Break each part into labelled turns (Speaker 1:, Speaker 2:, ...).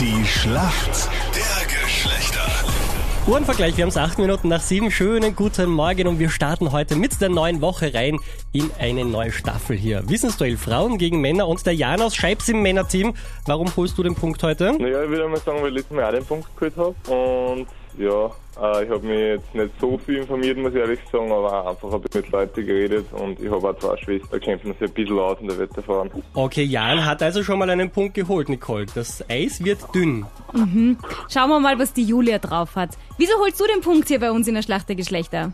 Speaker 1: Die Schlacht der Geschlechter.
Speaker 2: Uhrenvergleich, wir haben es acht Minuten nach sieben. Schönen guten Morgen und wir starten heute mit der neuen Woche rein in eine neue Staffel hier. Wissensduell Frauen gegen Männer und der Jan aus Scheibs im Männerteam. Warum holst du den Punkt heute?
Speaker 3: Naja, ich würde mal sagen, weil ich letztes Mal auch den Punkt geholt habe. Und ja, äh, ich habe mich jetzt nicht so viel informiert, muss ich ehrlich sagen, aber einfach habe ich mit Leuten geredet und ich habe auch zwei Schwestern, da kennt man sich ein bisschen aus in der Wetterfahren.
Speaker 2: Okay, Jan hat also schon mal einen Punkt geholt, Nicole. Das Eis wird dünn.
Speaker 4: Schauen wir mal, was die Julia drauf hat. Wieso holst du den Punkt hier bei uns in der Schlacht der Geschlechter?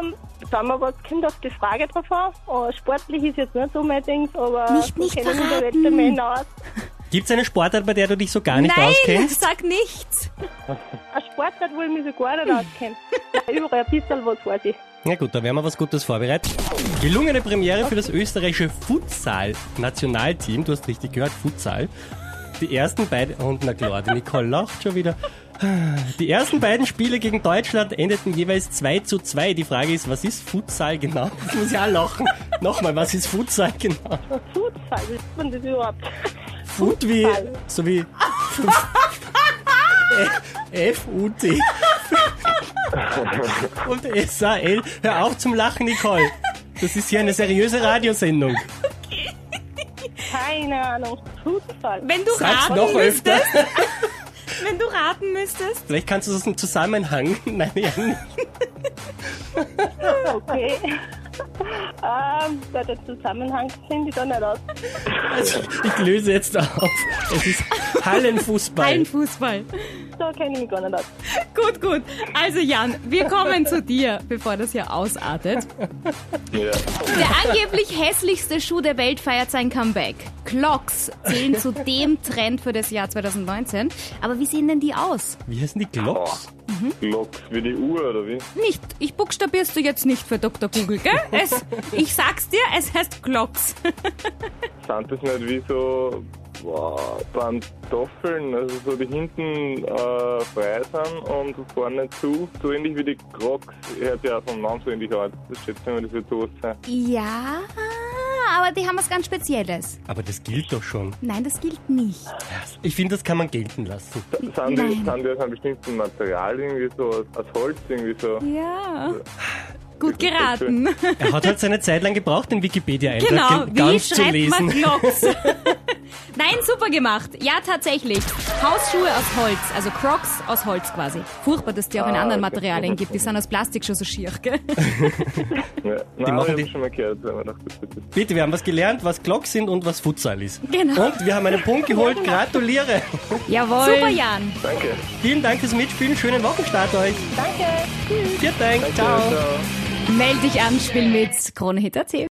Speaker 5: Ähm, sagen wir was, kommt auf die Frage drauf an. Äh, sportlich ist jetzt nicht so mein Ding, aber
Speaker 4: Nicht-
Speaker 5: so
Speaker 4: nicht
Speaker 5: kennen sich der
Speaker 4: verraten.
Speaker 5: Wettermänner aus.
Speaker 2: Gibt's eine Sportart, bei der du dich so gar nicht
Speaker 4: Nein,
Speaker 2: auskennst?
Speaker 4: sag nichts.
Speaker 5: Ein Sportart, wo ich mich so gar nicht auskenne. Überall ein bisschen was weiß ich.
Speaker 2: Na gut, da werden wir was Gutes vorbereitet. Gelungene Premiere für das österreichische Futsal-Nationalteam. Du hast richtig gehört, Futsal. Die ersten beiden, und na klar, die Nicole lacht schon wieder. Die ersten beiden Spiele gegen Deutschland endeten jeweils 2 zu 2. Die Frage ist, was ist Futsal genau? Das muss ich auch lachen. Nochmal, was ist Futsal genau?
Speaker 5: Futsal, wisst man das überhaupt?
Speaker 2: Fut wie, so wie, F-U-T. Und S-A-L. Hör auf zum Lachen, Nicole. Das ist hier eine seriöse Radiosendung.
Speaker 5: Keine Ahnung. Futsal.
Speaker 4: Wenn du,
Speaker 2: Sag's
Speaker 4: raten
Speaker 2: noch
Speaker 4: müsstest,
Speaker 2: öfter.
Speaker 4: wenn du raten müsstest,
Speaker 2: Vielleicht kannst du das im Zusammenhang. Nein, ja, nicht.
Speaker 5: Okay. ähm, da der Zusammenhang finde ich da nicht aus.
Speaker 2: also, ich löse jetzt auf. Es ist Hallenfußball.
Speaker 4: kein Fußball.
Speaker 5: Da kenne ich mich gar nicht aus.
Speaker 4: Gut, gut. Also Jan, wir kommen zu dir, bevor das hier ausartet.
Speaker 3: Ja.
Speaker 4: Der angeblich hässlichste Schuh der Welt feiert sein Comeback. Clocks zählen zu dem Trend für das Jahr 2019. Aber wie sehen denn die aus?
Speaker 2: Wie heißen die Glocks?
Speaker 3: Locks wie die Uhr oder wie?
Speaker 4: Nicht, ich buchstabierst du jetzt nicht für Dr. Google, gell? Es, ich sag's dir, es heißt Glocks.
Speaker 3: Sind das nicht wie so wow, Pantoffeln, also so die hinten äh, frei sind und vorne zu, so ähnlich wie die Crocs. Hört ja auch vom Namen so ähnlich an. Das schätze ich mal, das wird sowas sein.
Speaker 4: Ja, aber die haben was ganz Spezielles.
Speaker 2: Aber das gilt doch schon.
Speaker 4: Nein, das gilt nicht.
Speaker 2: Ich finde, das kann man gelten lassen.
Speaker 3: Sind die,
Speaker 4: Nein.
Speaker 3: sind die aus einem bestimmten Material irgendwie so, aus, aus Holz irgendwie so?
Speaker 4: Ja. Gut geraten.
Speaker 2: Er hat halt seine Zeit lang gebraucht, den Wikipedia-Eintrag
Speaker 4: Genau,
Speaker 2: gen-
Speaker 4: wie
Speaker 2: ganz zu
Speaker 4: schreibt man
Speaker 2: lesen.
Speaker 4: Glocks? Nein, super gemacht. Ja, tatsächlich. Hausschuhe aus Holz, also Crocs aus Holz quasi. Furchtbar, dass es die auch in
Speaker 3: Ah,
Speaker 4: anderen
Speaker 3: okay.
Speaker 4: Materialien gibt. Die sind aus Plastik schon so schier, gell?
Speaker 3: Ja.
Speaker 2: machen
Speaker 3: Nein, aber ich
Speaker 2: die-
Speaker 3: habe schon mal gehört, wenn man dachte, das wird das
Speaker 2: Bitte, wir haben was gelernt, was Glocks sind und was Futsal ist.
Speaker 4: Genau.
Speaker 2: Und wir haben einen Punkt geholt. Gratuliere.
Speaker 4: Jawohl. Super, Jan.
Speaker 3: Danke.
Speaker 2: Vielen Dank fürs Mitspielen. Schönen Wochenstart euch.
Speaker 5: Danke.
Speaker 2: Vielen Dank. Ciao.
Speaker 3: Ciao.
Speaker 4: Meld dich an, spiel mit Kronehit.at.